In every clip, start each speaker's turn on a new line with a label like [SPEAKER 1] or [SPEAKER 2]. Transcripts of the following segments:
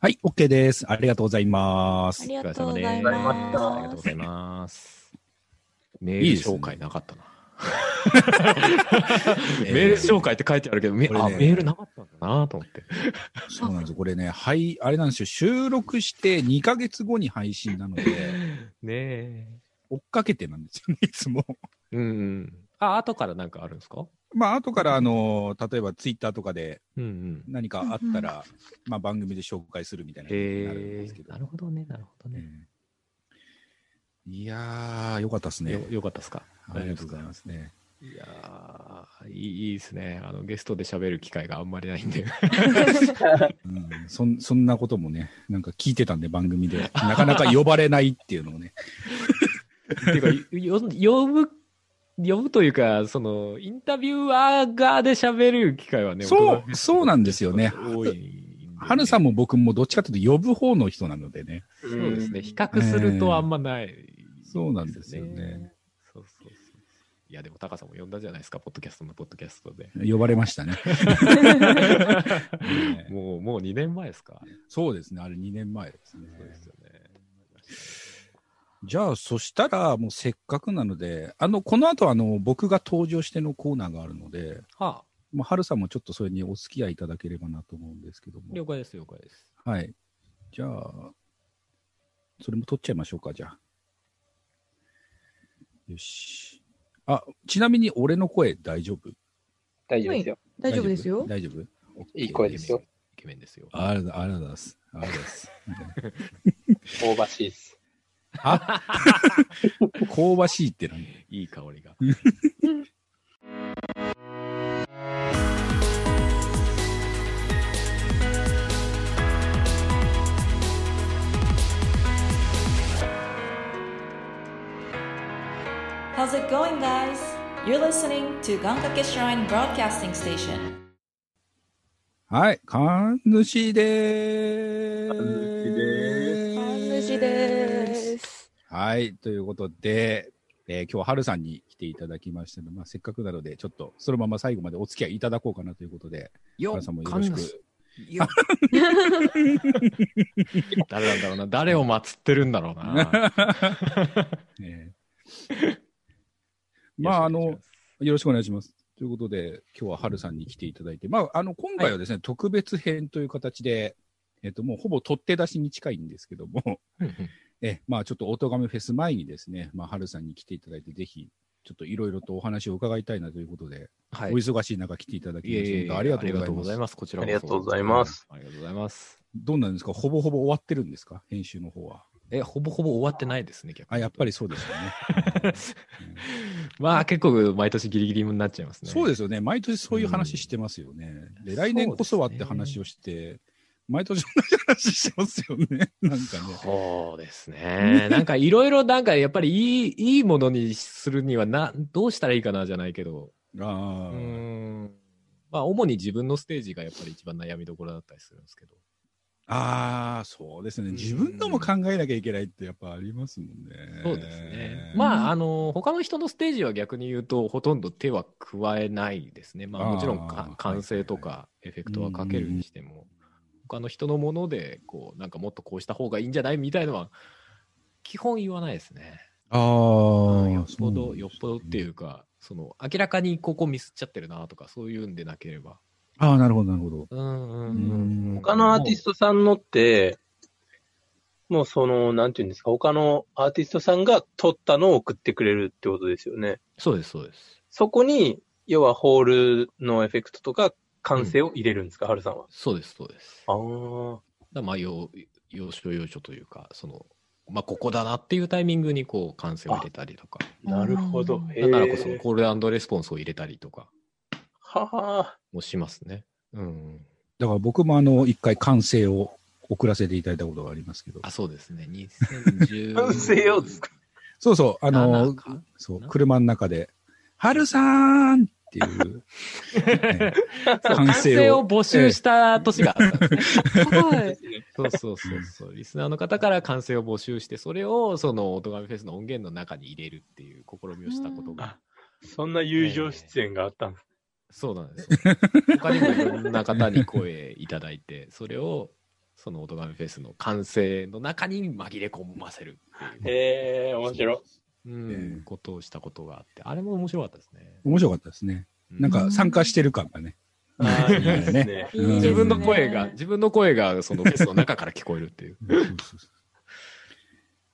[SPEAKER 1] はい、OK です。ありがとうございま
[SPEAKER 2] あ
[SPEAKER 1] す。
[SPEAKER 2] り
[SPEAKER 1] い
[SPEAKER 2] がとうござい
[SPEAKER 3] お疲れ様
[SPEAKER 2] ま
[SPEAKER 4] あり
[SPEAKER 3] ですす
[SPEAKER 4] がとうございます。
[SPEAKER 1] いい
[SPEAKER 4] メール
[SPEAKER 1] ですね
[SPEAKER 4] 紹介なかったな。
[SPEAKER 1] えー
[SPEAKER 4] メール紹介って書いてあるけど、め
[SPEAKER 1] これね
[SPEAKER 4] あ、メールなかったんだなと思って。
[SPEAKER 1] そうなんですよ。これね、はい、あれなんですよ。収録して2ヶ月後に配信なので、
[SPEAKER 4] ねえ。
[SPEAKER 1] 追っかけてなんですよね、いつも。
[SPEAKER 4] うんうん。あ、後からなんかあるんですか
[SPEAKER 1] まあ、後から、あの、例えばツイッターとかで
[SPEAKER 4] うんうん。
[SPEAKER 1] 何かあったら、まあ、番組で紹介するみたいなことになるんで
[SPEAKER 4] え
[SPEAKER 1] すけ
[SPEAKER 4] ー、
[SPEAKER 1] ど。
[SPEAKER 4] なるほどね、なるほどね。
[SPEAKER 1] えーいやー、よかったです
[SPEAKER 4] よ
[SPEAKER 1] ね。
[SPEAKER 4] よかったですか
[SPEAKER 1] ありがとうございますね。
[SPEAKER 4] いやーいいいいですね。あの、ゲストで喋る機会があんまりないんで。
[SPEAKER 1] うん、そんそんなこともね、なんか聞いてたんで、番組で。なかなか呼ばれないっていうのをね。
[SPEAKER 4] っていうか、よ呼ぶ、呼ぶというか、その、インタビュアー側で喋る機会はね、
[SPEAKER 1] そ
[SPEAKER 4] 僕
[SPEAKER 1] う、
[SPEAKER 4] は
[SPEAKER 1] そうなんですよね。
[SPEAKER 4] 多いんで
[SPEAKER 1] はるさんも僕もどっちかというと呼ぶ方の人なのでね。
[SPEAKER 4] そうですね。比較するとあんまない、
[SPEAKER 1] そうなんですよね。
[SPEAKER 4] そうそうそう。いや、でも、タカさんも呼んだじゃないですか、ポッドキャストのポッドキャストで。
[SPEAKER 1] 呼ばれま したね。ね
[SPEAKER 4] もう、もう2年前ですか。
[SPEAKER 1] そうですね。あれ2年前ですね。
[SPEAKER 4] そうですよね。
[SPEAKER 1] じゃあ、そしたら、もうせっかくなので、あの、この後、あの、僕が登場してのコーナーがあるので、
[SPEAKER 4] はあ、
[SPEAKER 1] もう、はるさんもちょっとそれにお付き合いいただければなと思うんですけども。
[SPEAKER 4] 了解です、了解です。
[SPEAKER 1] はい。じゃあ、それも取っちゃいましょうか、じゃあ。よし。あ、ちなみに俺の声大丈夫
[SPEAKER 3] 大丈夫ですよ。
[SPEAKER 2] 大丈夫ですよ。
[SPEAKER 1] 大丈夫
[SPEAKER 3] いい声ですよ。
[SPEAKER 4] イケメンですよ。
[SPEAKER 1] ありがとうありがとうございます。ありがとうございます。
[SPEAKER 3] 香ばしいです。
[SPEAKER 1] 香ばしいってなんだ
[SPEAKER 4] いい香りが。
[SPEAKER 5] How's it going, guys? You're listening to Gankake Shrine Broadcasting Station.
[SPEAKER 1] はい、神主でーす。
[SPEAKER 2] 神主です。
[SPEAKER 1] はい、ということで、えー今日は春さんに来ていただきましたので、まあ、せっかくなので、ちょっとそのまま最後までお付き合いいただこうかなということで、
[SPEAKER 4] よ
[SPEAKER 1] 春さんもよろしく。
[SPEAKER 4] 誰なんだろうな。誰を祀ってるんだろう な。
[SPEAKER 1] えーまあ、あの、よろしくお願いします。ということで、今日は春さんに来ていただいて、まあ、あの、今回はですね、特別編という形で、えっと、もうほぼ取って出しに近いんですけども、 え、まあ、ちょっとおとがめフェス前にですね、まあ、春さんに来ていただいて、ぜひ、ちょっといろいろとお話を伺いたいなということで、
[SPEAKER 4] は
[SPEAKER 1] お忙しい中来ていただきまして、本当ありがとうございます。
[SPEAKER 4] す。こちらこそ
[SPEAKER 3] ありがとうございます。
[SPEAKER 4] ありがとうございます。
[SPEAKER 1] どうなんですかほぼほぼ終わってるんですか編集の方は。
[SPEAKER 4] え、ほぼほぼ終わってないですね、逆に
[SPEAKER 1] あ、やっぱりそうですよね。
[SPEAKER 4] まあ結構毎年ギリギリになっちゃいますね。
[SPEAKER 1] そう
[SPEAKER 4] で
[SPEAKER 1] ですよね。毎年そういう話してますよね。
[SPEAKER 4] ん
[SPEAKER 1] で、来年こそはって話をして、毎年同じ話してますよね。 なんかね。
[SPEAKER 4] そうですね。なんかいろいろなんかやっぱりいい、いいものにするにはな、どうしたらいいかなじゃないけど。う
[SPEAKER 1] あ
[SPEAKER 4] ー
[SPEAKER 1] あ、
[SPEAKER 4] ん。まあ主に自分のステージがやっぱり一番悩みどころだったりするんですけど。
[SPEAKER 1] ああ、そうですね。自分のも考えなきゃいけないってやっぱありますもんね。
[SPEAKER 4] そうですね。
[SPEAKER 1] あ、
[SPEAKER 4] まあ、あの、他の人のステージは逆に言うと、ほとんど手は加えないですね。まあ、
[SPEAKER 1] あー
[SPEAKER 4] もちろんか完成とかエフェクトはかけるにしても、他の人のもので、こう、なんかもっとこうした方がいいんじゃないみたいのは、基本言わないですね。
[SPEAKER 1] ああ、
[SPEAKER 4] よっぽ
[SPEAKER 1] そうなん
[SPEAKER 4] ど、
[SPEAKER 1] ですね
[SPEAKER 4] よっぽどっていうか、その、明らかにここミスっちゃってるなとか、そういうんでなければ。
[SPEAKER 1] ああ、なるほど、なるほど。
[SPEAKER 4] うんうんうん。
[SPEAKER 1] うん
[SPEAKER 3] 他のアーティストさんのって、もうその、なんていうんですか、他のアーティストさんが撮ったのを送ってくれるってことですよね。
[SPEAKER 4] そうです、そうです。
[SPEAKER 3] そこに、要はホールのエフェクトとか完成を入れるんですか、ハルさんは。
[SPEAKER 4] そうです、そうです。
[SPEAKER 3] ああ。
[SPEAKER 4] だまあ要要所要所というかその、まあ、ここだなっていうタイミングにこう感性を入れたりとか
[SPEAKER 3] なるほど。
[SPEAKER 2] あ
[SPEAKER 3] へ
[SPEAKER 4] だ
[SPEAKER 3] ー
[SPEAKER 4] からこそコールレスポンスを入れたりとか
[SPEAKER 3] はあ。
[SPEAKER 4] もしますね。うん、
[SPEAKER 1] だから僕もあの、一回完成を送らせていただいたことがありますけど。
[SPEAKER 4] あそうですね2010
[SPEAKER 3] 完成を作
[SPEAKER 1] そうそう、あの
[SPEAKER 4] 7か、
[SPEAKER 1] そう、車の中で、はるさーんって いう、ね
[SPEAKER 4] 完成を募集した年があったんですね。
[SPEAKER 2] はい。
[SPEAKER 4] そうそうそうそう。リスナーの方から完成を募集して、それをその音楽フェスの音源の中に入れるっていう試みをしたことが、
[SPEAKER 3] そんな友情出演があったんです。
[SPEAKER 4] そうなんですよ。他にもいろんな方に声いただいて、それをその音亀フェスの完成の中に紛れ込ませるっていう、
[SPEAKER 3] ええ面白い。
[SPEAKER 4] うん
[SPEAKER 1] ええ
[SPEAKER 4] ことをしたことがあって、あれも面白かったですね。
[SPEAKER 1] 面白かったですね。なん
[SPEAKER 4] う
[SPEAKER 1] か参加してる感がね。
[SPEAKER 3] あ ーいいです
[SPEAKER 1] ね
[SPEAKER 3] ね。
[SPEAKER 1] うん
[SPEAKER 4] 自分の声が、自分の声がそのフェスの中から聞こえるっていう。
[SPEAKER 1] そうそうそう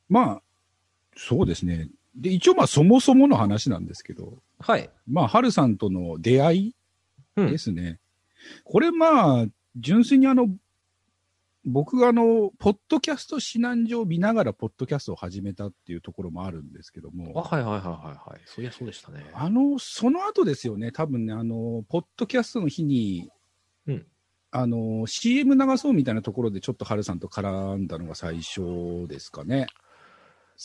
[SPEAKER 1] まあ、そうですね。で、一応まあそもそもの話なんですけど、
[SPEAKER 4] はい。
[SPEAKER 1] まあ、ハルさんとの出会
[SPEAKER 4] う
[SPEAKER 1] い
[SPEAKER 4] ん
[SPEAKER 1] ですね。これまあ、純粋にあの、僕があの、ポッドキャスト指南所を見ながら、ポッドキャストを始めたっていうところもあるんですけど
[SPEAKER 4] あ、
[SPEAKER 1] も、
[SPEAKER 4] はいはいはいはいはい。そういや、そうでしたね。
[SPEAKER 1] あの、その後ですよね、多分ね、あの、ポッドキャストの日に、
[SPEAKER 4] うん
[SPEAKER 1] あの、CM 流そうみたいなところで、ちょっとハルさんと絡んだのが最初ですかね。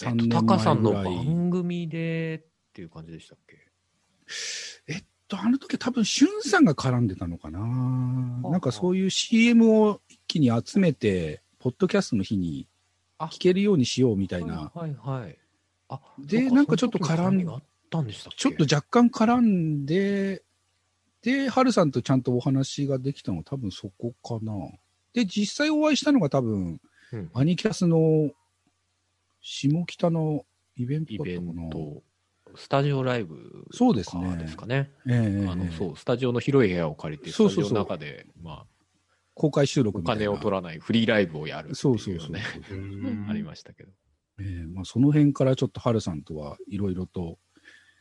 [SPEAKER 4] え
[SPEAKER 1] 3
[SPEAKER 4] っと、
[SPEAKER 1] 年前
[SPEAKER 4] タ
[SPEAKER 1] ぐら
[SPEAKER 4] カ
[SPEAKER 1] い。
[SPEAKER 4] さんの番組でっていう感じでしたっけ
[SPEAKER 1] とあの時多分、しゅんさんが絡んでたのかな。
[SPEAKER 4] あ
[SPEAKER 1] なんかそういう CM を一気に集めて、ポッドキャストの日に
[SPEAKER 4] あ
[SPEAKER 1] 聞けるようにしようみたいな、
[SPEAKER 4] はいはいはい。あ、
[SPEAKER 1] で
[SPEAKER 4] そう
[SPEAKER 1] なんかちょっと
[SPEAKER 4] その時の
[SPEAKER 1] 絡ん
[SPEAKER 4] があったんでしたっけ
[SPEAKER 1] ちょっと若干絡んで、で、ハルさんとちゃんとお話ができたのは多分そこかな。で、実際お会いしたのが多分、
[SPEAKER 4] うん
[SPEAKER 1] アニキャスの下北のイベント
[SPEAKER 4] イ
[SPEAKER 1] だっ
[SPEAKER 4] ベ
[SPEAKER 1] たか
[SPEAKER 4] ン
[SPEAKER 1] な。
[SPEAKER 4] ト、スタジオライブと
[SPEAKER 1] そうです
[SPEAKER 4] か
[SPEAKER 1] ね
[SPEAKER 4] ですかね。
[SPEAKER 1] ええ
[SPEAKER 4] あのそうスタジオの広い部屋を借りて、
[SPEAKER 1] そう
[SPEAKER 4] ス
[SPEAKER 1] そ
[SPEAKER 4] タ
[SPEAKER 1] う
[SPEAKER 4] ジ
[SPEAKER 1] そう
[SPEAKER 4] オの中で、まあ、
[SPEAKER 1] 公開収録
[SPEAKER 4] お
[SPEAKER 1] みたいな。
[SPEAKER 4] 金を取らないフリーライブをやるってい
[SPEAKER 1] そうそう
[SPEAKER 4] う
[SPEAKER 1] そう
[SPEAKER 4] の。ね、
[SPEAKER 3] うん
[SPEAKER 4] ありましたけど。
[SPEAKER 1] ええまあ、その辺からちょっとハルさんとはいろいろと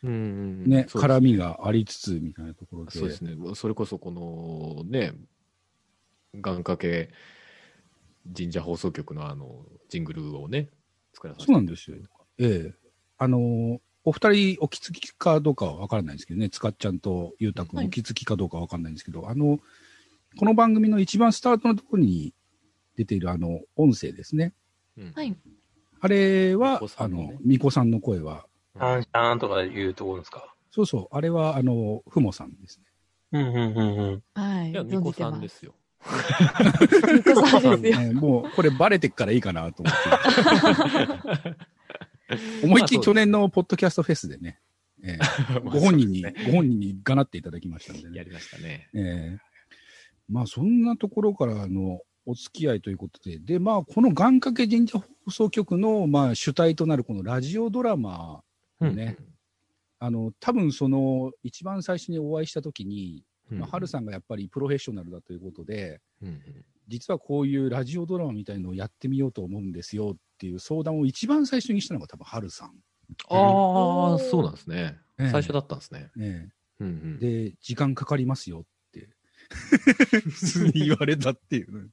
[SPEAKER 4] うん
[SPEAKER 1] ね、
[SPEAKER 4] そうです
[SPEAKER 1] 絡みがありつつみたいなところで。
[SPEAKER 4] そうですね、それこそこのね、願掛け神社放送局のあのジングルをね、作らさせて
[SPEAKER 1] そうなんですよええ。あのーお二人、お気づきかどうかは分からないんですけどね、つかっちゃんとゆうたく
[SPEAKER 2] は
[SPEAKER 1] ん、
[SPEAKER 2] い
[SPEAKER 1] お気づきかどうか分かんないんですけど、あの、この番組の一番スタートのところに出ているあの、音声ですね。
[SPEAKER 4] うん
[SPEAKER 2] はい
[SPEAKER 1] あれは、
[SPEAKER 4] 巫女さ
[SPEAKER 1] あ
[SPEAKER 4] んのね
[SPEAKER 1] の、巫女さんの声は、
[SPEAKER 3] シャンシャンとかいうところですか。
[SPEAKER 1] そうそう、あれは、あの、ふもさんですね。
[SPEAKER 3] うんうんうんうん。
[SPEAKER 2] はい。
[SPEAKER 4] いや、
[SPEAKER 2] 存じ
[SPEAKER 4] 巫女
[SPEAKER 2] て
[SPEAKER 4] さ
[SPEAKER 2] ます
[SPEAKER 4] んですよ。
[SPEAKER 2] ミコさんですよ。
[SPEAKER 1] ええもう、これバレてっからいいかなと思 って。思いっきり去年のポッドキャストフェスでね、ええご本人に、
[SPEAKER 4] まあそうで
[SPEAKER 1] ご本人にがなっていただきましたんですね
[SPEAKER 4] ね。 やりましたね。
[SPEAKER 1] ええまあそんなところからのお付き合いということで、で、まあこの願掛け神社放送局のまあ主体となるこのラジオドラマ、ねあの多分その一番最初にお会いしたときに、
[SPEAKER 4] うん。
[SPEAKER 1] まあ、春さんがやっぱりプロフェッショナルだということで、
[SPEAKER 4] うんうん
[SPEAKER 1] 実はこういうラジオドラマみたいのをやってみようと思うんですよっていう相談を一番最初にしたのが多分春さん。
[SPEAKER 4] ああ、そうなんですね。
[SPEAKER 1] ええ
[SPEAKER 4] 最初だったんですね。
[SPEAKER 1] え
[SPEAKER 4] うんう
[SPEAKER 1] え
[SPEAKER 4] ん
[SPEAKER 1] で、時間かかりますよっ て、普通に言われたっていうね、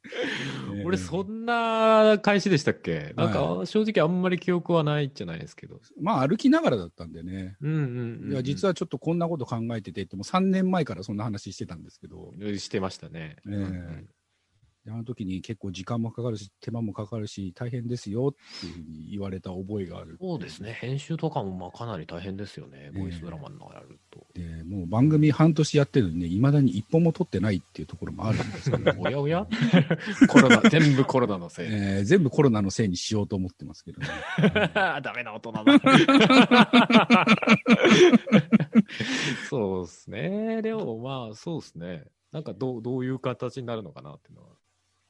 [SPEAKER 4] 俺、そんな返しでしたっけなんか、正直あんまり記憶はないじゃないですけど。
[SPEAKER 1] まあ歩きながらだったんでね。
[SPEAKER 4] うんうんうん。
[SPEAKER 1] いや、実はちょっとこんなこと考えててって、もう3年前からそんな話してたんですけど、
[SPEAKER 4] してましたね。
[SPEAKER 1] ええであの時に結構時間もかかるし、手間もかかるし、大変ですよっていうふうに言われた覚えがある。
[SPEAKER 4] そうですね。編集とかもまあかなり大変ですよね。ボイスドラマになると。
[SPEAKER 1] で、もう番組半年やってるのにね、いまだに一本も撮ってないっていうところもあるん ですけど、
[SPEAKER 4] おやおや コロナ、全部コロナのせい。
[SPEAKER 1] えー全部コロナのせいにしようと思ってますけどね。
[SPEAKER 4] ダメな大人だ。 そうですね。でもまあ、そうですね。なんかどう、どういう形になるのかなっていうのは。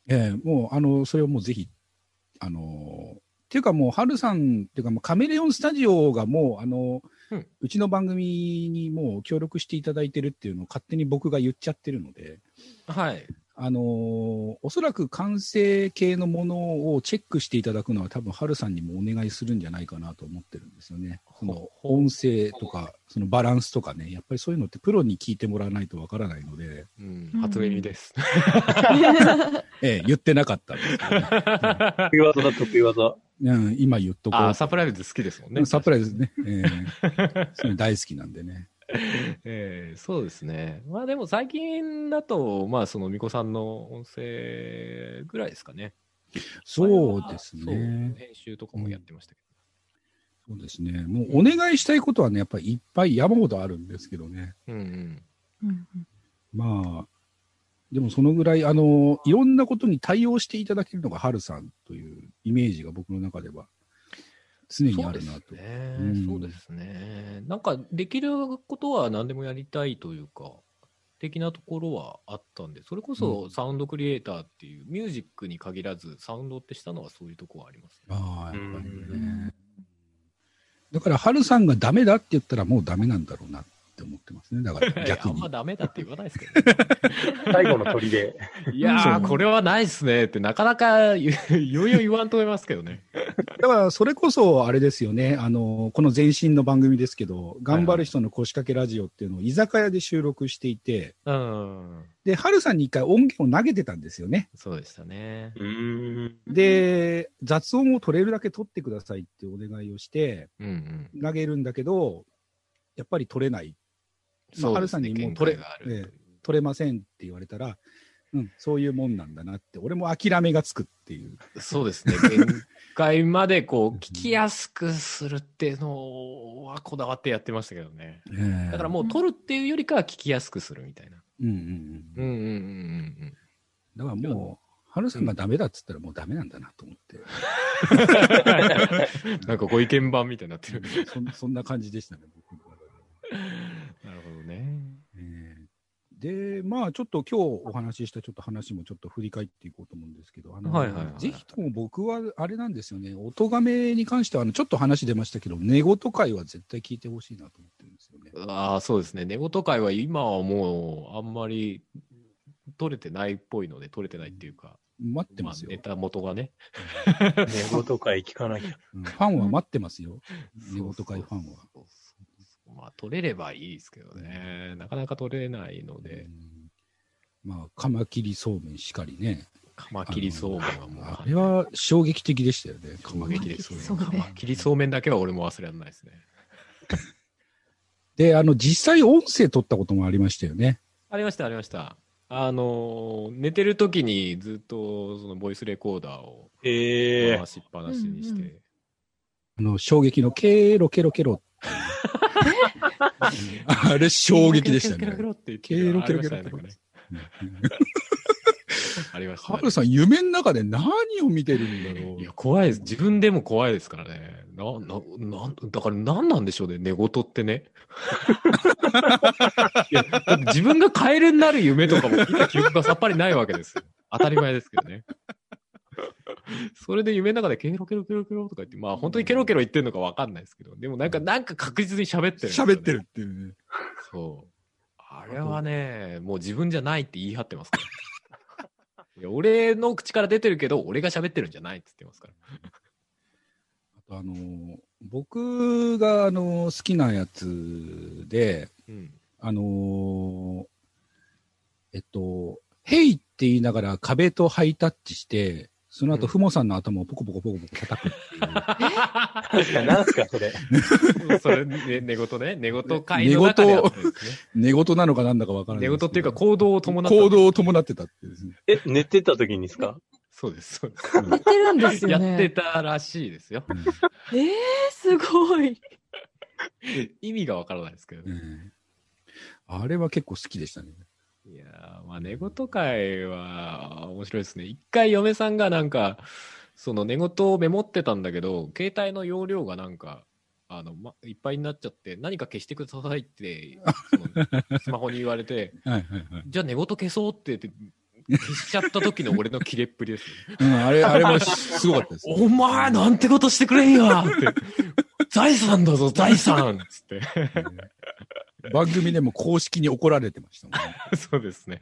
[SPEAKER 1] えーもう、あの、それをもうぜひ、あのーっていうかもう、ハルさんっていうか、もうカメレオンスタジオがもう、あのー
[SPEAKER 4] うん
[SPEAKER 1] うちの番組にもう協力していただいてるっていうのを勝手に僕が言っちゃってるので、
[SPEAKER 4] はい。
[SPEAKER 1] あのーおそらく完成形のものをチェックしていただくのは、多分ハルさんにもお願いするんじゃないかなと思ってるんですよね。その音声とか、そのバランスとかね、やっぱりそういうのってプロに聞いてもらわないとわからないので、
[SPEAKER 4] うん
[SPEAKER 2] うん、
[SPEAKER 4] 初耳です。
[SPEAKER 1] ええ、言ってなかったんですけどね、
[SPEAKER 4] あ
[SPEAKER 3] 得意技だ、得意技。
[SPEAKER 1] うん、今言っとこう
[SPEAKER 4] ー、サプライズ好きですもん
[SPEAKER 1] う
[SPEAKER 4] ね。
[SPEAKER 1] んサプライズね。 ええそういうの大好きなんでね。
[SPEAKER 4] ええそうですね。まあでも最近だと、まあその、みこさんの音声ぐらいですかね。
[SPEAKER 1] そうです
[SPEAKER 4] そう
[SPEAKER 1] ね。
[SPEAKER 4] 編集とかもやってましたけ
[SPEAKER 1] そうですね。もうお願いしたいことはね、やっぱりいっぱい山ほどあるんですけどね。
[SPEAKER 4] ど。うんうん。
[SPEAKER 2] うん
[SPEAKER 1] まあ、でもそのぐらい、あの、いろんなことに対応していただけるのがハルさんというイメージが僕の中では常に
[SPEAKER 4] そ
[SPEAKER 1] あ
[SPEAKER 4] う
[SPEAKER 1] る
[SPEAKER 4] です
[SPEAKER 1] な
[SPEAKER 4] ね
[SPEAKER 1] と。。うん
[SPEAKER 4] そうですね。なんかできることは何でもやりたいというか、的なところはあったんで、それこそサウンドクリエイターっていう、ミュージックに限らず、サウンドってしたのはそういうとこはあります、ね。
[SPEAKER 1] ああ、やっぱり
[SPEAKER 3] う
[SPEAKER 1] ね。だから、ハルさんがダメだって言ったら、もうダメなんだろうなって思ってますね。だから、
[SPEAKER 4] いや
[SPEAKER 1] 逆
[SPEAKER 4] あん
[SPEAKER 1] に
[SPEAKER 4] ま。ダメだって言わないですけど、
[SPEAKER 3] 最後の砦で。
[SPEAKER 4] ね、いやー、これはないですねって、なかなか言う余裕言わんと思いますけどね。
[SPEAKER 1] だから、それこそ、あれですよね。あの、この前身の番組ですけど、頑張る人の腰掛けラジオっていうのを居酒屋で収録していて、
[SPEAKER 4] うん、
[SPEAKER 1] で、ハルさんに一回音源を投げてたんですよね。
[SPEAKER 4] そうでしたね。
[SPEAKER 3] うん。
[SPEAKER 1] で、雑音を取れるだけ取ってくださいってお願いをして、
[SPEAKER 4] うんうん。
[SPEAKER 1] 投げるんだけど、やっぱり取れない、まあ
[SPEAKER 4] そうで
[SPEAKER 1] 春さ
[SPEAKER 4] すね
[SPEAKER 1] んにもう
[SPEAKER 4] 限
[SPEAKER 1] 取れ
[SPEAKER 4] 界があるという
[SPEAKER 1] 取れませんって言われたら、うん、そういうもんなんだなって、俺も諦めがつくっていう。
[SPEAKER 4] そうです ね。限界までこう、聞きやすくするっていうのはこだわってやってましたけどね。だからもう取るっていうよりかは聞きやすくするみたいな。
[SPEAKER 1] うん、うんうんう
[SPEAKER 4] う
[SPEAKER 1] ん。
[SPEAKER 4] んうんうんうん
[SPEAKER 1] だからもう、ハルさんがダメだっつったらもうダメなんだなと思って。
[SPEAKER 4] うん。 なんかご意見版みたいになってる。
[SPEAKER 1] そんそ んな感じでしたね、僕の中で
[SPEAKER 4] なるほどね。
[SPEAKER 1] ええで、まあちょっと今日お話ししたちょっと話もちょっと振り返っていこうと思うんですけど、あの、
[SPEAKER 4] はいはいはい
[SPEAKER 1] ぜひとも僕はあれなんですよね、音がめに関してはあのちょっと話出ましたけど、寝言会は絶対聞いてほしいなと思ってるんですよね。
[SPEAKER 4] ああ、そうですね。寝言会は今はもうあんまり取れてないっぽいので、取れてないっていうか、
[SPEAKER 1] 待ってますよ。
[SPEAKER 4] ネタ元がね。
[SPEAKER 3] 寝言会聞かなきゃ。
[SPEAKER 1] うんファンは待ってますよ。寝言
[SPEAKER 4] そう
[SPEAKER 1] 会ファンは。
[SPEAKER 4] そうそうそうまあ取れればいいですけどね。なかなか取れないので。
[SPEAKER 1] うんまあ、カマキリそうめんしかりね。
[SPEAKER 4] カマキリそうめんはもう。
[SPEAKER 1] あれは衝撃的でしたよね。カ
[SPEAKER 4] カマ
[SPEAKER 1] マ
[SPEAKER 4] キ
[SPEAKER 1] キ
[SPEAKER 4] リ
[SPEAKER 1] リ
[SPEAKER 4] そ
[SPEAKER 1] そうう
[SPEAKER 4] め
[SPEAKER 1] め
[SPEAKER 4] ん。
[SPEAKER 1] ん。
[SPEAKER 4] カマキリそうめんだけは俺も忘れられないですね。
[SPEAKER 1] で、あの、実際音声撮ったこともありましたよね。
[SPEAKER 4] ありました、ありました。あのー、寝てる時にずっとそのボイスレコーダーを
[SPEAKER 3] ええ
[SPEAKER 4] 回しっぱなしにして、
[SPEAKER 2] うん
[SPEAKER 1] あの、衝撃のケロケロケロ。 あれ、衝撃でした
[SPEAKER 4] ケ
[SPEAKER 1] ね。
[SPEAKER 4] ロケロケロって言って
[SPEAKER 1] ケロケロケロケロ
[SPEAKER 4] ありましたねなんかねありました
[SPEAKER 1] ハ
[SPEAKER 4] ね
[SPEAKER 1] ルさん、夢の中で何を見てるんだろ
[SPEAKER 4] いうや、。怖いです。自分でも怖いですからね。な、な、なん、だから何なんでしょうね、寝言ってね。いや、だって自分がカエルになる夢とかも見た記憶がさっぱりないわけですよ。当たり前ですけどね。それで夢の中でケロケロケロケロとか言って、まあ本当にケロケロ言ってるのかわかんないですけど、でもなんか、なんか確実に喋ってるんですよね、
[SPEAKER 1] 喋ってるっていうね。
[SPEAKER 4] そう。あれはね、もう自分じゃないって言い張ってますから。いや俺の口から出てるけど、俺が喋ってるんじゃないって言ってますから。
[SPEAKER 1] あとあのー、僕が、あのー、好きなやつで、
[SPEAKER 4] うん。
[SPEAKER 1] あのーえっと、ヘイって言いながら壁とハイタッチして、その
[SPEAKER 4] う
[SPEAKER 1] 後、
[SPEAKER 4] ん
[SPEAKER 1] ふもさんの頭をポコポコポコポコ叩くっていう。
[SPEAKER 3] 確かに何すか、それ。
[SPEAKER 4] それ、ね、寝言ね。寝言会の中でやってるんですね、
[SPEAKER 1] 寝言なのかなんだかわからないで
[SPEAKER 4] 寝
[SPEAKER 1] す
[SPEAKER 4] 言
[SPEAKER 1] けど。
[SPEAKER 4] っていうか行動を伴った。
[SPEAKER 1] 行動を伴ってたっていうです ね。
[SPEAKER 3] え、寝てた時にですか
[SPEAKER 4] そうです、そうです。
[SPEAKER 2] 寝てるんです
[SPEAKER 4] や
[SPEAKER 2] よ
[SPEAKER 4] って
[SPEAKER 2] ね。
[SPEAKER 4] たらしいですよ。
[SPEAKER 2] えー、すごい。
[SPEAKER 4] 意味がわからないですけど
[SPEAKER 1] う
[SPEAKER 4] ね。
[SPEAKER 1] んあれは結構好きでしたね。
[SPEAKER 4] いやーまあ寝言会は面白いですね。一回嫁さんがなんか、その寝言をメモってたんだけど、携帯の容量がなんか、あの、ま、いっぱいになっちゃって、何か消してくださいって、そのスマホに言われて、
[SPEAKER 1] はいはいはい。
[SPEAKER 4] じゃあ寝言消そうって言って、消しちゃった時の俺のキレっぷりです
[SPEAKER 1] う
[SPEAKER 4] ね。
[SPEAKER 1] ん、あれ、あれもすごか ったです、
[SPEAKER 4] お前なんてことしてくれん やって。財産だぞ、財産っつって。
[SPEAKER 1] うん番組でも公式に怒られてましたもんね。
[SPEAKER 4] そうですね。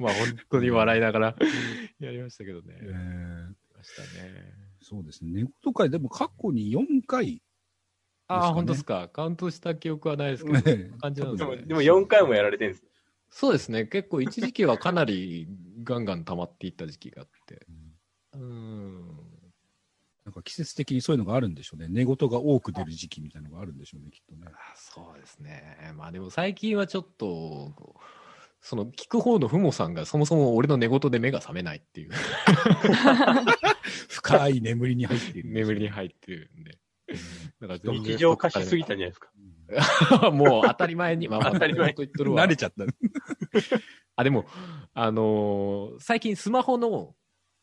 [SPEAKER 4] まあ本当に笑いながらやりましたけどね。
[SPEAKER 1] え
[SPEAKER 4] やり
[SPEAKER 1] ー
[SPEAKER 4] ましたね。
[SPEAKER 1] そうですね。寝言会、でも過去に4回。
[SPEAKER 4] あ
[SPEAKER 1] で
[SPEAKER 4] あ、
[SPEAKER 1] すかね
[SPEAKER 4] 本当ですか。カウントした記憶はないですけど、こんな感じなんです
[SPEAKER 3] で
[SPEAKER 4] ね
[SPEAKER 3] も、でも4回もやられてるんです。
[SPEAKER 4] そうですね。結構一時期はかなりガンガン溜まっていった時期があって。うーん。
[SPEAKER 1] なんか季節的にそういうのがあるんでしょうね。寝言が多く出る時期みたいなのがあるんでしょうね、きっとね
[SPEAKER 4] あ。そうですね。まあでも最近はちょっと、こうその聞く方のふもさんがそもそも俺の寝言で目が覚めないっていう。
[SPEAKER 1] 深い眠りに入っている。
[SPEAKER 4] 眠りに入ってるんで。だから全然
[SPEAKER 3] 日常化しすぎたんじゃないですか。
[SPEAKER 4] もう当たり前に、まあ、
[SPEAKER 3] 当たり前
[SPEAKER 4] と言っとるわ
[SPEAKER 1] 慣れ。ちゃった。
[SPEAKER 4] あ、でも、あのー最近スマホの、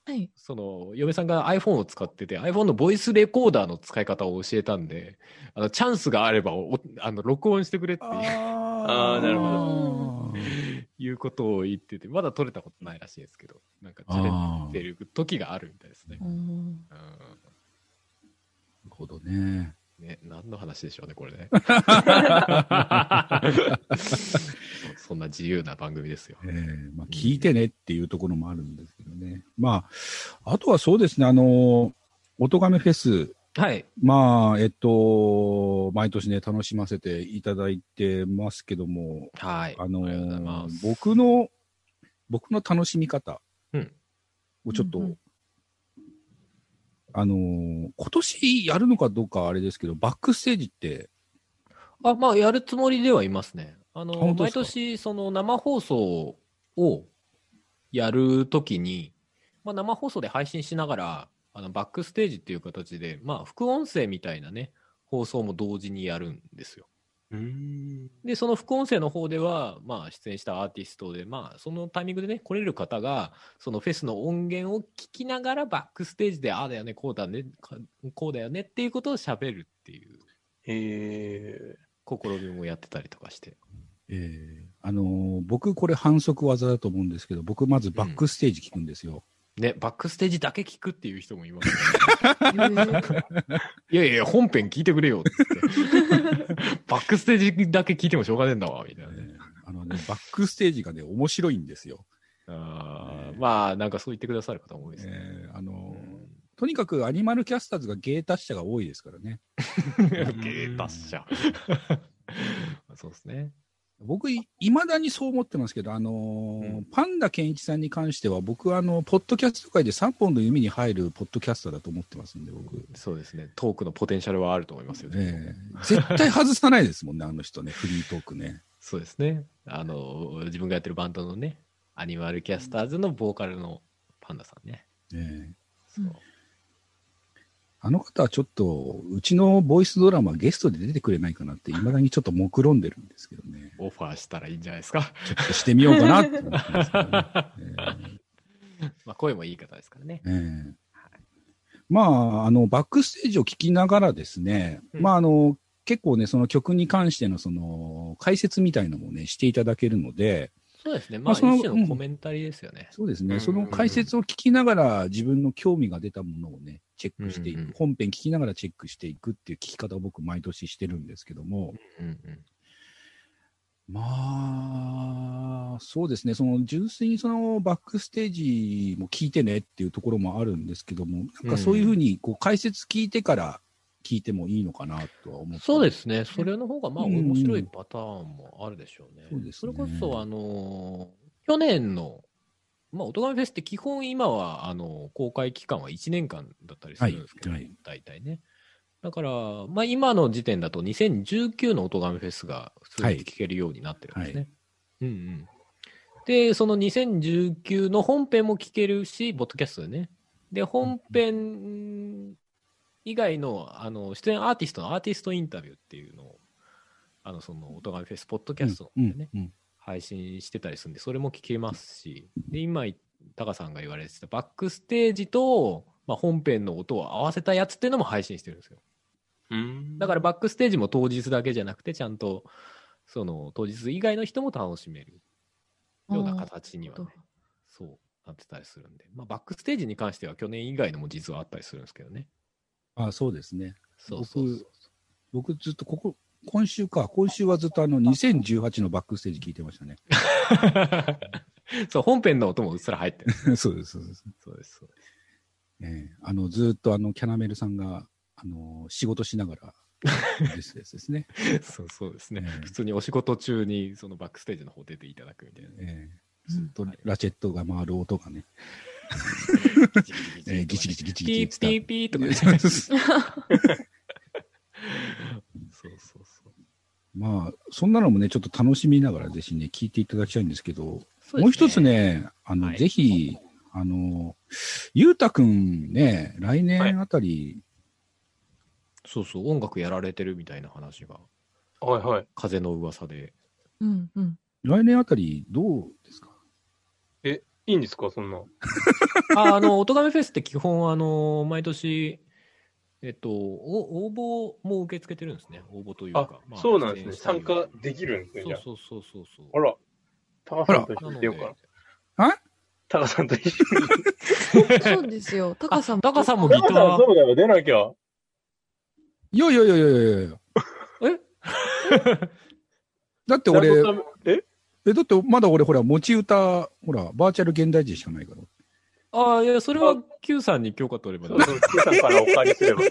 [SPEAKER 2] はい。
[SPEAKER 4] その、嫁さんが iPhone を使ってて、iPhone のボイスレコーダーの使い方を教えたんで、あの、チャンスがあればお、あの、録音してくれって
[SPEAKER 1] あ
[SPEAKER 3] あーなるほ
[SPEAKER 1] ど。
[SPEAKER 4] いういうことを言ってて、まだ取れたことないらしいですけど、なんか、取れ
[SPEAKER 1] あ あ、
[SPEAKER 4] て
[SPEAKER 1] な
[SPEAKER 4] る時があるみたいですね。
[SPEAKER 2] うん
[SPEAKER 4] う
[SPEAKER 1] るほどね。
[SPEAKER 4] んね、何の話でしょうね、こ れね。そそんな自由な番組ですよ。
[SPEAKER 1] えーまあ、聞いてねっていうところもあるんですけどね。まあ、あとはそうですね、あの、おとがめフェス、
[SPEAKER 4] はい。
[SPEAKER 1] まあ、えっと、毎年ね、楽しませていただいてますけども、
[SPEAKER 4] はい。
[SPEAKER 1] あの
[SPEAKER 4] りがとうございます。
[SPEAKER 1] 僕の、僕の楽しみ方
[SPEAKER 4] うん
[SPEAKER 1] をちょっと、
[SPEAKER 2] うんうん
[SPEAKER 1] あの今年やるのかどうかあれですけど、バックステージって、
[SPEAKER 4] あ、まあ、やるつもりではいますね。あ
[SPEAKER 1] あ
[SPEAKER 4] の、
[SPEAKER 1] 本当で
[SPEAKER 4] 毎
[SPEAKER 1] すか
[SPEAKER 4] 年、その生放送をやるときに、まあ、生放送で配信しながら、あのバックステージっていう形で、まあ、副音声みたいなね、放送も同時にやるんですよ。
[SPEAKER 3] うん。
[SPEAKER 4] で、その副音声の方では、まあ、出演したアーティストで、まあ、そのタイミングでね、来れる方が、そのフェスの音源を聞きながら、バックステージで、ああだよね、こうだね、かこうだよねっていうことを喋るっていう
[SPEAKER 3] え
[SPEAKER 4] 試みもやってたりとかして。
[SPEAKER 1] えーあの僕これ反則技だと思うんですけど、僕まずバックステージ聞くんですよ。
[SPEAKER 4] ね、バックステージだけ聞くっていう人もいます、ね。
[SPEAKER 2] うん
[SPEAKER 4] いやいや、本編聞いてくれよっつって。 バックステージだけ聞いてもしょうがねえんだわ、みたいな
[SPEAKER 1] え
[SPEAKER 4] ね。
[SPEAKER 1] ーあのね、バックステージがね、面白いんですよ。
[SPEAKER 4] あー
[SPEAKER 1] ね
[SPEAKER 4] まあ、なんかそう言ってくださる方も多いですね。
[SPEAKER 1] えーあ
[SPEAKER 4] う
[SPEAKER 1] の
[SPEAKER 4] ん
[SPEAKER 1] とにかくアニマルキャスターズが芸達者が多いですからね。
[SPEAKER 4] 芸達者。そうですね。
[SPEAKER 1] 僕い、まだにそう思ってますけど、あのー
[SPEAKER 4] うん
[SPEAKER 1] パンダケンイチさんに関しては、僕はあの、ポッドキャスト界で3本の弓に入るポッドキャスターだと思ってますんで、僕。
[SPEAKER 4] そうですね。トークのポテンシャルはあると思いますよね。
[SPEAKER 1] ええ絶対外さないですもんね、あの人ね、フリートークね。
[SPEAKER 4] そうですね。あの、自分がやってるバンドのね、アニマルキャスターズのボーカルのパンダさんね。
[SPEAKER 1] ええ
[SPEAKER 4] そう
[SPEAKER 2] うん
[SPEAKER 1] あの方はちょっと、うちのボイスドラマゲストで出てくれないかなって、いまだにちょっと目論んでるんですけどね。
[SPEAKER 4] オファーしたらいいんじゃないですか。
[SPEAKER 1] ちょっとしてみようかなって思ってますけどね。
[SPEAKER 4] まあ、声もいい方ですからね。
[SPEAKER 1] ええまあ、あの、バックステージを聞きながらですね、
[SPEAKER 4] うん
[SPEAKER 1] まあ、あの、結構ね、その曲に関しての、その、解説みたいのもね、していただけるので、
[SPEAKER 4] そうですね。
[SPEAKER 1] ま
[SPEAKER 4] ま
[SPEAKER 1] あ
[SPEAKER 4] あ、
[SPEAKER 1] その
[SPEAKER 4] 一種のコメンタリーですよね。
[SPEAKER 1] そうです
[SPEAKER 3] うん
[SPEAKER 1] ね、その解説を聞きながら、自分の興味が出たものをね、チェックしていく、
[SPEAKER 4] うんうん
[SPEAKER 1] 本編聞きながらチェックしていくっていう聞き方を僕、毎年してるんですけども、
[SPEAKER 4] うんうん
[SPEAKER 1] まあ、そうですね、その純粋にそのバックステージも聞いてねっていうところもあるんですけども、なんかそういうふうにこう解説聞いてから聞いてもいいのかなとは思って、。
[SPEAKER 4] そうですすね、それの方がまあ
[SPEAKER 1] うん
[SPEAKER 4] 面白いパターンもあるでしょうね。
[SPEAKER 1] そうです
[SPEAKER 4] れ
[SPEAKER 1] ね
[SPEAKER 4] こそ、あのー去年の、まあ、おとがめフェスって基本今は、あのー公開期間は1年間だったりするんですけど、
[SPEAKER 1] はいはい
[SPEAKER 4] 大体ね。だから、まあ、今の時点だと2019のおとがめフェスが普通に聞けるようになってるんですね。うんうん。で、その2019の本編も聞けるし、ボッドキャストでね。で、本編以外のあの出演アーティストのアーティストインタビューっていうのを、あのその音楽フェス、ポッドキャスト
[SPEAKER 1] うん
[SPEAKER 4] でね、
[SPEAKER 1] うん
[SPEAKER 4] 配信してたりするんで、それも聞けますし、で、今、タカさんが言われてたバックステージと、まあ、本編の音を合わせたやつっていうのも配信してるんですよ。
[SPEAKER 3] うん。
[SPEAKER 4] だからバックステージも当日だけじゃなくて、ちゃんとその当日以外の人も楽しめるような形にはね
[SPEAKER 2] あーなる、
[SPEAKER 4] そうなってたりするんで、まあ、バックステージに関しては去年以外のも実はあったりするんですけどね。
[SPEAKER 1] あそうですね。
[SPEAKER 4] そうそうそう
[SPEAKER 1] 僕ずっとここ、今週か、今週はずっとあの2018のバックステージ聞いてました ね。
[SPEAKER 4] そう、本編の音もうっすら入ってる。
[SPEAKER 1] そうです、そうです。
[SPEAKER 4] そうです、そうです。
[SPEAKER 1] ええあの、ずっとあの、キャナメルさんが、あの、仕事しなが ら、ですですね。
[SPEAKER 4] そうそうですね
[SPEAKER 1] ええ。
[SPEAKER 4] 普通にお仕事中に、そのバックステージの方出ていただくみたいなね。
[SPEAKER 1] ええずっとラチェットが回る音がね、 ええギチギチギチギチ
[SPEAKER 4] ピーピー ピーとかね。
[SPEAKER 1] そうそう
[SPEAKER 4] そうそうそう。
[SPEAKER 1] まあ、そんなのもね、ちょっと楽しみながら、ぜひね、聞いていただきたいんですけど、
[SPEAKER 4] そうですね
[SPEAKER 1] もう一つね、あの、
[SPEAKER 4] はい
[SPEAKER 1] ぜひ、あの、ゆうたくんね、来年あたり、
[SPEAKER 4] そうそう、音楽やられてるみたいな話が、
[SPEAKER 3] はいはい。
[SPEAKER 4] 風の噂で。
[SPEAKER 2] うんうん
[SPEAKER 1] 来年あたり、どうですか
[SPEAKER 3] いいんですか、そんな。
[SPEAKER 4] ああの、音亀フェスって基本、あの、毎年、えっと、お応募も受け付けてるんですね。応募という
[SPEAKER 3] あ
[SPEAKER 4] か。まあ
[SPEAKER 3] そうなんですね。
[SPEAKER 4] 出演した
[SPEAKER 3] 参
[SPEAKER 4] り
[SPEAKER 3] 加できるんですね、じゃ
[SPEAKER 4] そうそうそうそうそう。
[SPEAKER 3] あ。あら、タカさんと一緒に出ようか
[SPEAKER 1] あ
[SPEAKER 3] な。
[SPEAKER 1] ら
[SPEAKER 3] タカさんと一緒に。
[SPEAKER 2] そうですよ。タカさんも。
[SPEAKER 4] タカさんもギ
[SPEAKER 3] タ
[SPEAKER 4] タ
[SPEAKER 3] カさん
[SPEAKER 4] ー
[SPEAKER 3] そうだよ、出なきゃ。
[SPEAKER 1] いやいやいやいやいやいや。 だって俺、
[SPEAKER 3] 謎ためえ
[SPEAKER 1] え、だってまだ俺ほら、持ち歌、ほら、バーチャル現代人しかないから。
[SPEAKER 4] ああ、いや、それは Q さんに許可取れば
[SPEAKER 3] そう そう、Q さんからお借りすれば。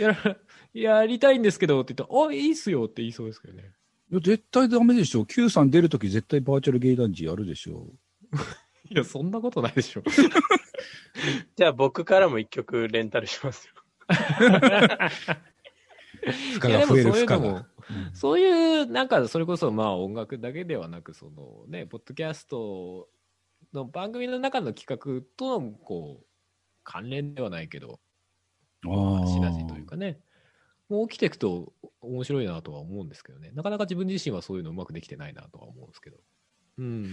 [SPEAKER 4] やらやりたいんですけどって言ったら、あ、いいっすよって言いそうですけどね。
[SPEAKER 1] いや絶対ダメでしょ。Q さん出るとき絶対バーチャル芸男児やるでしょ。
[SPEAKER 4] いや、そんなことないでしょ。
[SPEAKER 3] じゃあ僕からも一曲レンタルしますよ。
[SPEAKER 1] 負
[SPEAKER 4] い
[SPEAKER 1] 荷が
[SPEAKER 4] や、でも
[SPEAKER 1] 増える
[SPEAKER 4] そ
[SPEAKER 1] 負
[SPEAKER 4] ういう
[SPEAKER 1] 荷が。
[SPEAKER 4] のも、そういう、なんか、それこそ、まあ、音楽だけではなく、そのね、ポッドキャストの番組の中の企画との、こう、関連ではないけど、
[SPEAKER 1] うん
[SPEAKER 4] し
[SPEAKER 1] あ
[SPEAKER 4] なしという
[SPEAKER 1] あ。
[SPEAKER 4] かね、もう起きていくと面白いなとは思うんですけどね、なかなか自分自身はそういうのうまくできてないなとは思うんですけど。うん。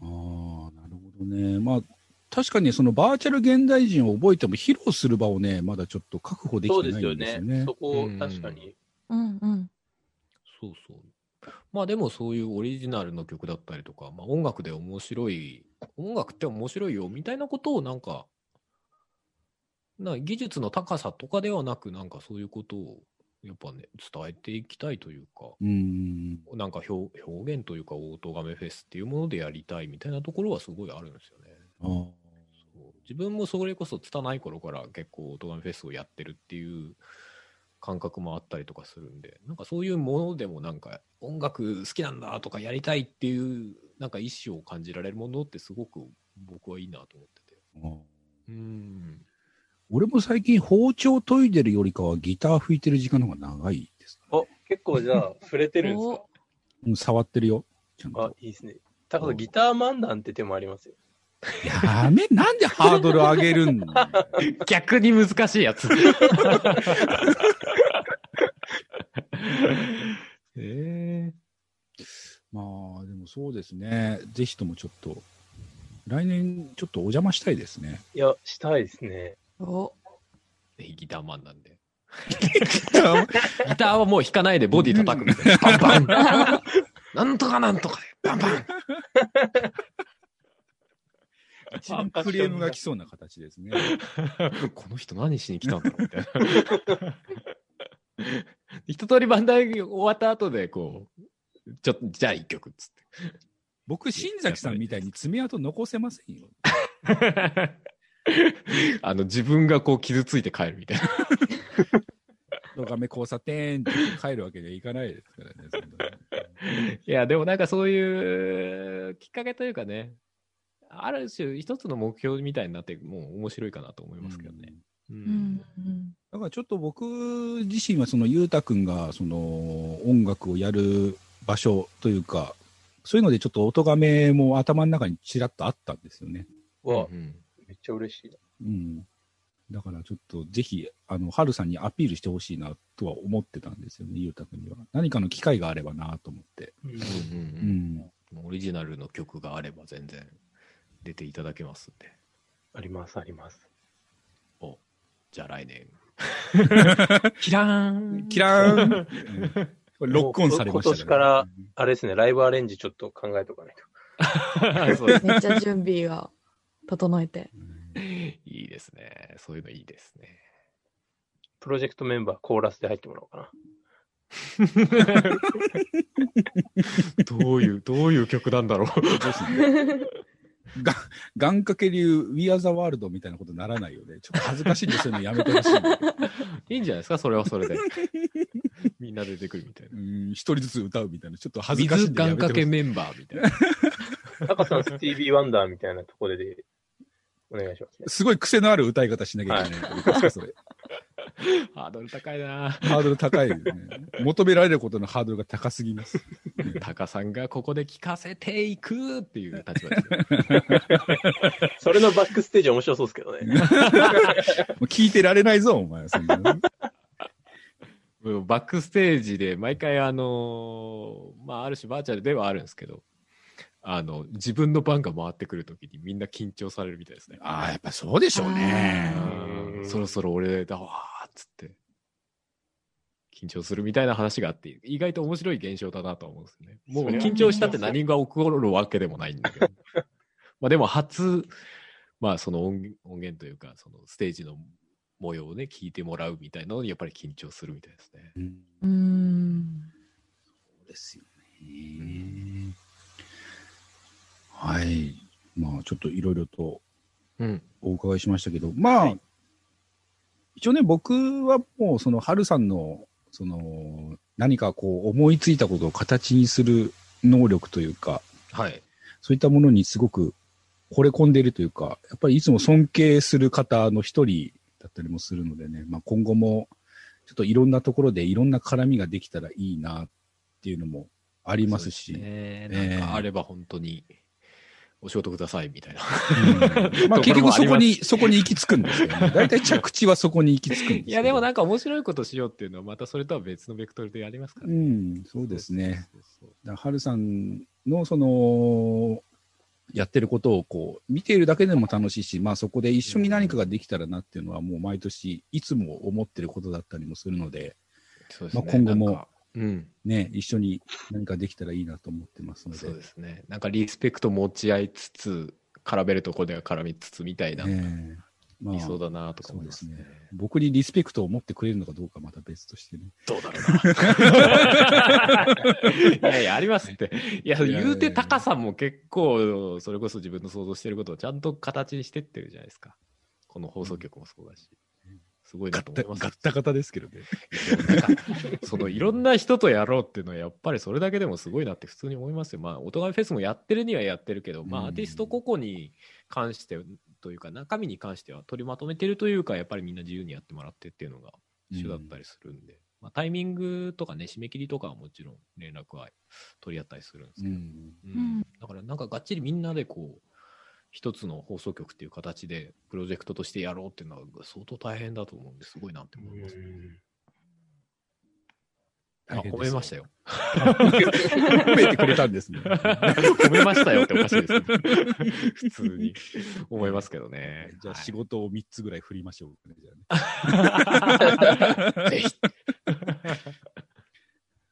[SPEAKER 1] ああ、なるほどね。まあ、確かにそのバーチャル現代人を覚えても披露する場をね、まだちょっと確保できてないんですよね。
[SPEAKER 3] そこ
[SPEAKER 4] う、ん
[SPEAKER 3] 確かに。
[SPEAKER 2] うんうん。
[SPEAKER 4] そうそう。まあでもそういうオリジナルの曲だったりとか、まあ音楽で面白い、音楽って面白いよみたいなことをなんか、な技術の高さとかではなく、なんかそういうことをやっぱね、伝えていきたいというか、
[SPEAKER 1] うん。
[SPEAKER 4] なんか表表現というか、オートガメフェスっていうものでやりたいみたいなところはすごいあるんですよね。
[SPEAKER 1] ああ。
[SPEAKER 4] そう自分もそれこそ拙い頃から結構オートガメフェスをやってるっていう感覚もあったりとかするんでなんかそういうものでもなんか音楽好きなんだとかやりたいっていうなんか意思を感じられるものってすごく僕はいいなと思ってて
[SPEAKER 1] ああ
[SPEAKER 4] うん
[SPEAKER 1] 俺も最近包丁研いでるよりかはギター吹いてる時間の方が長いですか
[SPEAKER 3] お、結構じゃあ、触れてるんです
[SPEAKER 2] お
[SPEAKER 3] か
[SPEAKER 1] うん触ってるよ。ちゃん
[SPEAKER 3] あ
[SPEAKER 1] と。、
[SPEAKER 3] いいですね。タカさん、ギター漫談って手もありますよ。
[SPEAKER 1] やめ、なんでハードル上げるんだ よ
[SPEAKER 4] 逆に難しいや つえ
[SPEAKER 1] まあ、でもそうですね。ぜひともちょっと、来年ちょっとお邪魔したいですね。
[SPEAKER 3] いや、したいですね。
[SPEAKER 2] お
[SPEAKER 4] えギターマンなんでギターはもう弾かないでボディ叩くみたいな。バンバン。 なんとかなんとかで、バンバン。
[SPEAKER 1] 一番クレームが来そうな形ですね。
[SPEAKER 4] この人何しに来たんだろうみたいな。 一通りバンダイ終わった後で、こう、ちょっと、じゃあ一曲っつ
[SPEAKER 1] 僕、新崎さんみたいに爪痕残せませんよ。
[SPEAKER 4] って。あの、自分がこう傷ついて帰るみたいな。
[SPEAKER 1] ドガメ交差点って帰るわけにはいかないですからね。そんなの
[SPEAKER 4] いや、でもなんかそういうきっかけというかね、ある種一つの目標みたいになって、もう面白いかなと思いますけどね。う
[SPEAKER 2] うんんうん。
[SPEAKER 1] だからちょっと僕自身はその裕太君がその音楽をやる場所というかそういうのでちょっと音がめも頭の中にちらっとあったんですよね。
[SPEAKER 3] うわ、
[SPEAKER 4] うん
[SPEAKER 3] めっちゃ嬉しいな。
[SPEAKER 1] うん、だからちょっとぜひあの春さんにアピールしてほしいなとは思ってたんですよね裕太君には。何かの機会があればなと思って。
[SPEAKER 3] う
[SPEAKER 4] う
[SPEAKER 3] ん
[SPEAKER 4] んうん
[SPEAKER 1] う
[SPEAKER 4] うん
[SPEAKER 1] ん、
[SPEAKER 4] オリジナルの曲があれば全然出ていただけますんで。
[SPEAKER 3] あります、あります。
[SPEAKER 4] お、じゃあ来 年。キラーン
[SPEAKER 1] キラーン、うんこれロックオンされました
[SPEAKER 3] もう今あれですね、ライブアレンジちょっと考えとかないと。
[SPEAKER 4] ーン そうです
[SPEAKER 2] めっちゃ準備が整えて。
[SPEAKER 4] いいですね。そういうのいいですね。
[SPEAKER 3] プロジェクトメンバーコーラスで入ってもらおうかな。
[SPEAKER 4] どういう、どういう曲なんだろう。
[SPEAKER 1] がんかけ流 We Are the World みたいなことにならないよね。ちょっと恥ずかしいんでそういうのやめてほしいんだけど。
[SPEAKER 4] いいんじゃないですか、それはそれで。みんな出てくるみたいな。
[SPEAKER 1] うん一人ずつ歌うみたいな、ちょっと恥ずかしい
[SPEAKER 4] 水
[SPEAKER 1] んで
[SPEAKER 4] 願
[SPEAKER 1] やめてほ
[SPEAKER 4] 掛
[SPEAKER 1] しい
[SPEAKER 4] けメンバーみたいな。
[SPEAKER 3] タカさん、スティービー・ワンダーみたいなところで、お願いしますね。
[SPEAKER 1] すごい癖のある歌い方しなきゃいけない から、確かそれ。
[SPEAKER 4] ハードル高いな
[SPEAKER 1] ハードル高いよね。求められることのハードルが高すぎます。
[SPEAKER 4] タカさんがここで聴かせていくっていう立場ですよ。
[SPEAKER 3] それのバックステージ面白そうですけどね。
[SPEAKER 1] もう聞いてられないぞ、お前はそんなの。
[SPEAKER 4] もうバックステージで毎回あのーまあある種バーチャルではあるんですけどあの自分の番が回ってくるときにみんな緊張されるみたいですね。
[SPEAKER 1] ああ、やっぱそうでしょうね
[SPEAKER 2] あ。
[SPEAKER 4] うんそろそろ俺だわーっつって緊張するみたいな話があって、意外と面白い現象だなとは思うんですよね。もう
[SPEAKER 3] それは
[SPEAKER 4] 緊張したって何が起こるわけでもないんだけど。 まあでも初、まあその音音源というか、そのステージの模様をね、聞いてもらうみたいなのにやっぱり緊張するみたいですね。
[SPEAKER 1] うん
[SPEAKER 2] うーん。
[SPEAKER 1] そうですよね。はい。まあ、ちょっといろいろと
[SPEAKER 4] うん。
[SPEAKER 1] お伺いしましたけど、まあ、一応ね、僕はもう、その、ハルさんの、その、何かこう、思いついたことを形にする能力というか、
[SPEAKER 4] はい。
[SPEAKER 1] そういったものにすごく惚れ込んでいるというか、やっぱりいつも尊敬する方の一人だったりもするのでね、まあ、今後もちょっといろんなところでいろんな絡みができたらいいなっていうのもありますし、
[SPEAKER 4] そうです
[SPEAKER 1] ええ
[SPEAKER 4] ね。なんかあれば本当にお仕事くださいみたいな。
[SPEAKER 1] うんまあ結
[SPEAKER 4] ところ
[SPEAKER 1] 局
[SPEAKER 4] もあ
[SPEAKER 1] そ
[SPEAKER 4] り
[SPEAKER 1] こ
[SPEAKER 4] ます
[SPEAKER 1] に、そこに行き着くんですよね。大体着地はそこに行き着くんですけど
[SPEAKER 4] いやでもなんか面白いことしようっていうのはまたそれとは別のベクトルでやりますから
[SPEAKER 1] う
[SPEAKER 4] ね。
[SPEAKER 1] ん、そうですね。
[SPEAKER 4] そうそうそう。
[SPEAKER 1] だから春さんのその、やってることをこう、見ているだけでも楽しいし、まあそこで一緒に何かができたらなっていうのはもう毎年いつも思ってることだったりもするので、
[SPEAKER 4] そうですね
[SPEAKER 1] まあ今後も
[SPEAKER 4] なんかうん。
[SPEAKER 1] ね、一緒に何かできたらいいなと思ってますので。
[SPEAKER 4] そうですね。なんかリスペクト持ち合いつつ、絡めるところでは絡みつつみたいな、
[SPEAKER 1] ねえまあ
[SPEAKER 4] 理想だなとか
[SPEAKER 1] そ
[SPEAKER 4] 思
[SPEAKER 1] う
[SPEAKER 4] い
[SPEAKER 1] で
[SPEAKER 4] ますすね
[SPEAKER 1] ね。。僕にリスペクトを持ってくれるのかどうかまた別としてね。
[SPEAKER 4] どうだろう な。いやいや、ありますって。いや、
[SPEAKER 1] いや
[SPEAKER 4] 言うて、タカさんも結構、それこそ自分の想像してることをちゃんと形にしてってるじゃないですか。この放送局もそうだし。すごいなと思います。
[SPEAKER 1] ガッタガタですけどね。
[SPEAKER 4] なんか そのいろんな人とやろうっていうのはやっぱりそれだけでもすごいなって普通に思いますよ。まあ、お互いフェスもやってるにはやってるけど、ま
[SPEAKER 1] うん
[SPEAKER 4] あ、アーティスト個々に関してというか、中身に関しては取りまとめてるというか、やっぱりみんな自由にやってもらってっていうのが主だったりするんで、まあ、タイミングとかね、締め切りとかはもちろん連絡は取り合ったりするんです
[SPEAKER 1] う
[SPEAKER 4] けど、
[SPEAKER 1] ん。
[SPEAKER 4] うんだからなんかがっちりみんなでこう、一つの放送局っていう形でプロジェクトとしてやろうっていうのは相当大変だと思うんですごいなって思いますね。あ、褒めました
[SPEAKER 1] よ。
[SPEAKER 4] よ。
[SPEAKER 1] 褒めてくれたん ですね。
[SPEAKER 4] 褒めましたよっておかしい です、ね。普通に思いますけどね。
[SPEAKER 1] じゃあ
[SPEAKER 4] はい
[SPEAKER 1] 仕事を3つぐらい振りましょう、ねじゃあね
[SPEAKER 4] ぜひ。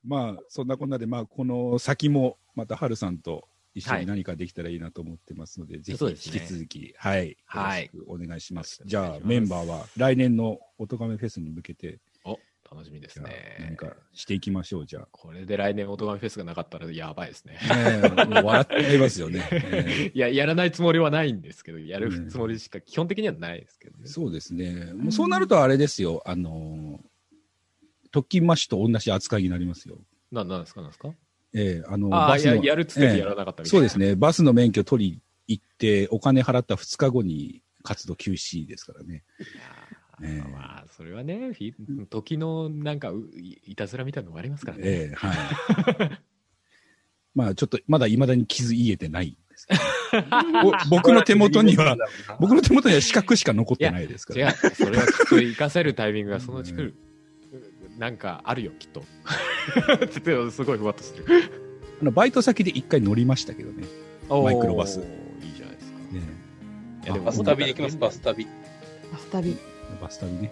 [SPEAKER 1] まあそんなこんなで、まあ、この先もまた春さんと一緒
[SPEAKER 4] は
[SPEAKER 1] に
[SPEAKER 4] い
[SPEAKER 1] 何かできたらいいなと思ってますので、ぜひ
[SPEAKER 4] そう
[SPEAKER 1] 引
[SPEAKER 4] ですね
[SPEAKER 1] き続き、はい、よろ
[SPEAKER 4] はい
[SPEAKER 1] しくお願いします。
[SPEAKER 4] よろし
[SPEAKER 1] じ
[SPEAKER 4] くお願
[SPEAKER 1] ゃあ
[SPEAKER 4] いします
[SPEAKER 1] メンバーは来年のおとがめフェスに向けて、
[SPEAKER 4] お、楽しみです
[SPEAKER 1] じゃあ
[SPEAKER 4] ね
[SPEAKER 1] 何。かしていきましょう、じゃあ。
[SPEAKER 4] これで来年オトガメフェスがなかったらやばいですね。
[SPEAKER 1] ねえもう笑っちゃいますよ ね。ええ
[SPEAKER 4] いや、やらないつもりはないんですけど、やるつもりしか基本的にはないですけどね。
[SPEAKER 1] そうですね。もうそうなるとあれですよ、あのー特勤マッシュと同じ扱いになりますよ。
[SPEAKER 4] な、なんですか、なんですか
[SPEAKER 1] ええあの
[SPEAKER 4] あ
[SPEAKER 1] バ
[SPEAKER 4] あ、
[SPEAKER 1] ス
[SPEAKER 4] や
[SPEAKER 1] の
[SPEAKER 4] やるっつってやらなかったみた
[SPEAKER 1] そ
[SPEAKER 4] いうな。
[SPEAKER 1] ですね、バスの免許取り行って、お金払った2日後に活動休止ですからね。
[SPEAKER 4] いやー
[SPEAKER 1] ええ
[SPEAKER 4] まあ、それはね、フィ時のなんかういいたずらみたいなのもありますからね。
[SPEAKER 1] ええはい。 まあちょっと、まだいまだに傷癒えてないんですけ どぼ僕の手元には、僕の手元には資格しか残ってないですか
[SPEAKER 4] 違
[SPEAKER 1] ら。
[SPEAKER 4] う、それはきっと活かせるタイミングがそのうち来る。なんかあるよ、きっと。 ちょっとすごいふわっとしてる。
[SPEAKER 1] あのバイト先で1回乗りましたけどね。マイクロバス
[SPEAKER 4] おー。いいじゃないですか。
[SPEAKER 1] ね
[SPEAKER 4] いやでも
[SPEAKER 3] バス旅できます、バス旅。
[SPEAKER 2] バス旅。
[SPEAKER 1] バス旅ね。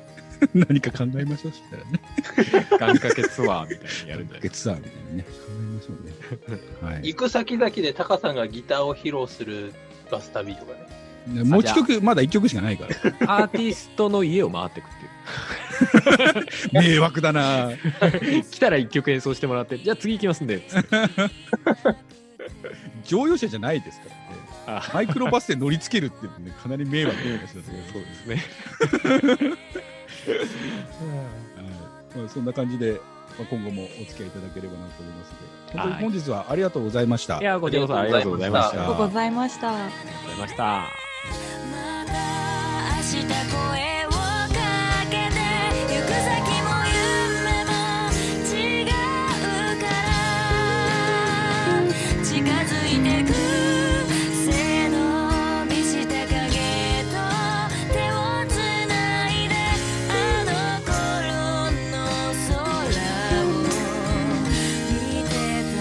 [SPEAKER 1] 何か考えましょう、そしたらね。
[SPEAKER 4] 願掛けツアーみたいにやるんじゃないです
[SPEAKER 1] ツ
[SPEAKER 4] か。
[SPEAKER 1] アーみたいなね。考えましょうね。はい
[SPEAKER 3] 行く先々でタカさんがギターを披露するバス旅とかね。
[SPEAKER 1] ね。もう一曲、まだ1曲しかないから。
[SPEAKER 4] アーティストの家を回ってくっていう。
[SPEAKER 1] 迷惑だな
[SPEAKER 4] 来たら一曲演奏してもらって、じゃあ次行きますんで。
[SPEAKER 1] 乗用車じゃないですからね。
[SPEAKER 4] あ
[SPEAKER 1] マイクロバスで乗りつけるっていうのね、かなり迷惑な話だと思います
[SPEAKER 4] そうですね。
[SPEAKER 1] はいまあ、そんな感じで、まあ、今後もお付き合いいただければなと思いますので、本当
[SPEAKER 4] はい
[SPEAKER 1] に本日はありがとうございました。
[SPEAKER 4] いや、こちらこそありがとうございま
[SPEAKER 1] あ
[SPEAKER 4] した。
[SPEAKER 2] あ
[SPEAKER 1] ー
[SPEAKER 2] りがとうございました。
[SPEAKER 4] ありがとうございました。
[SPEAKER 6] また明日声をかけて行く先も夢も違うから近づいてく背伸びした影と手をつないであの頃の空を見てた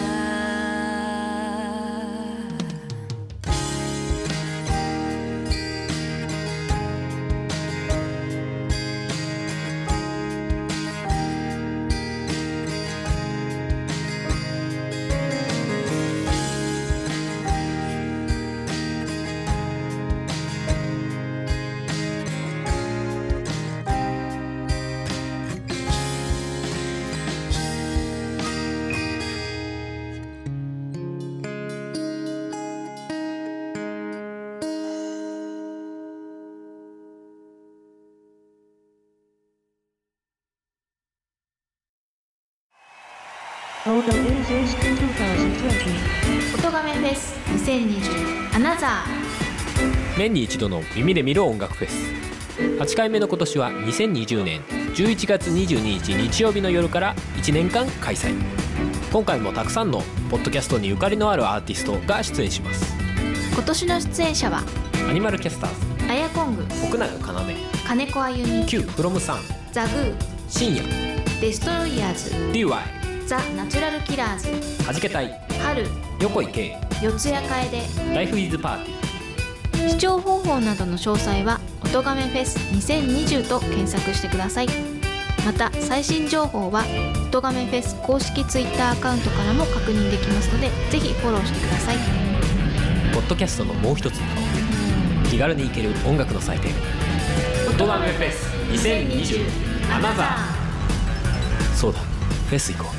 [SPEAKER 7] Odo Fest 2020.
[SPEAKER 8] 音がめフェス2020アナザ
[SPEAKER 4] 年に一度の耳で見る音楽フェス8回目の今年は2020年11月22日日曜日の夜から1年間開催今回もたくさんのポッドキャストにゆかりのあるアーティストが出演します
[SPEAKER 8] ー今年の出演者は
[SPEAKER 4] アニマルキャスターズ
[SPEAKER 8] アヤコング
[SPEAKER 4] 奥永要
[SPEAKER 8] 金子あゆみ
[SPEAKER 4] Q フロムさん
[SPEAKER 8] ザグー
[SPEAKER 4] 深夜
[SPEAKER 8] デストロイヤーズ
[SPEAKER 4] DY
[SPEAKER 8] ザ・ナチュラルキラーズ
[SPEAKER 4] はじけたい
[SPEAKER 8] 春
[SPEAKER 4] 横井圭
[SPEAKER 8] 四谷楓
[SPEAKER 4] ライフイズパーティ
[SPEAKER 8] 視聴方法などの詳細は「音がめフェス2020」と検索してくださいまた最新情報は「音がめフェス」公式 Twitter アカウントからも確認できますのでぜひフォローしてください
[SPEAKER 4] ーポッドキャストのもう一つの顔気軽に行ける音楽の祭典「音ガメフェス2020アナザー」そうだフェス行こう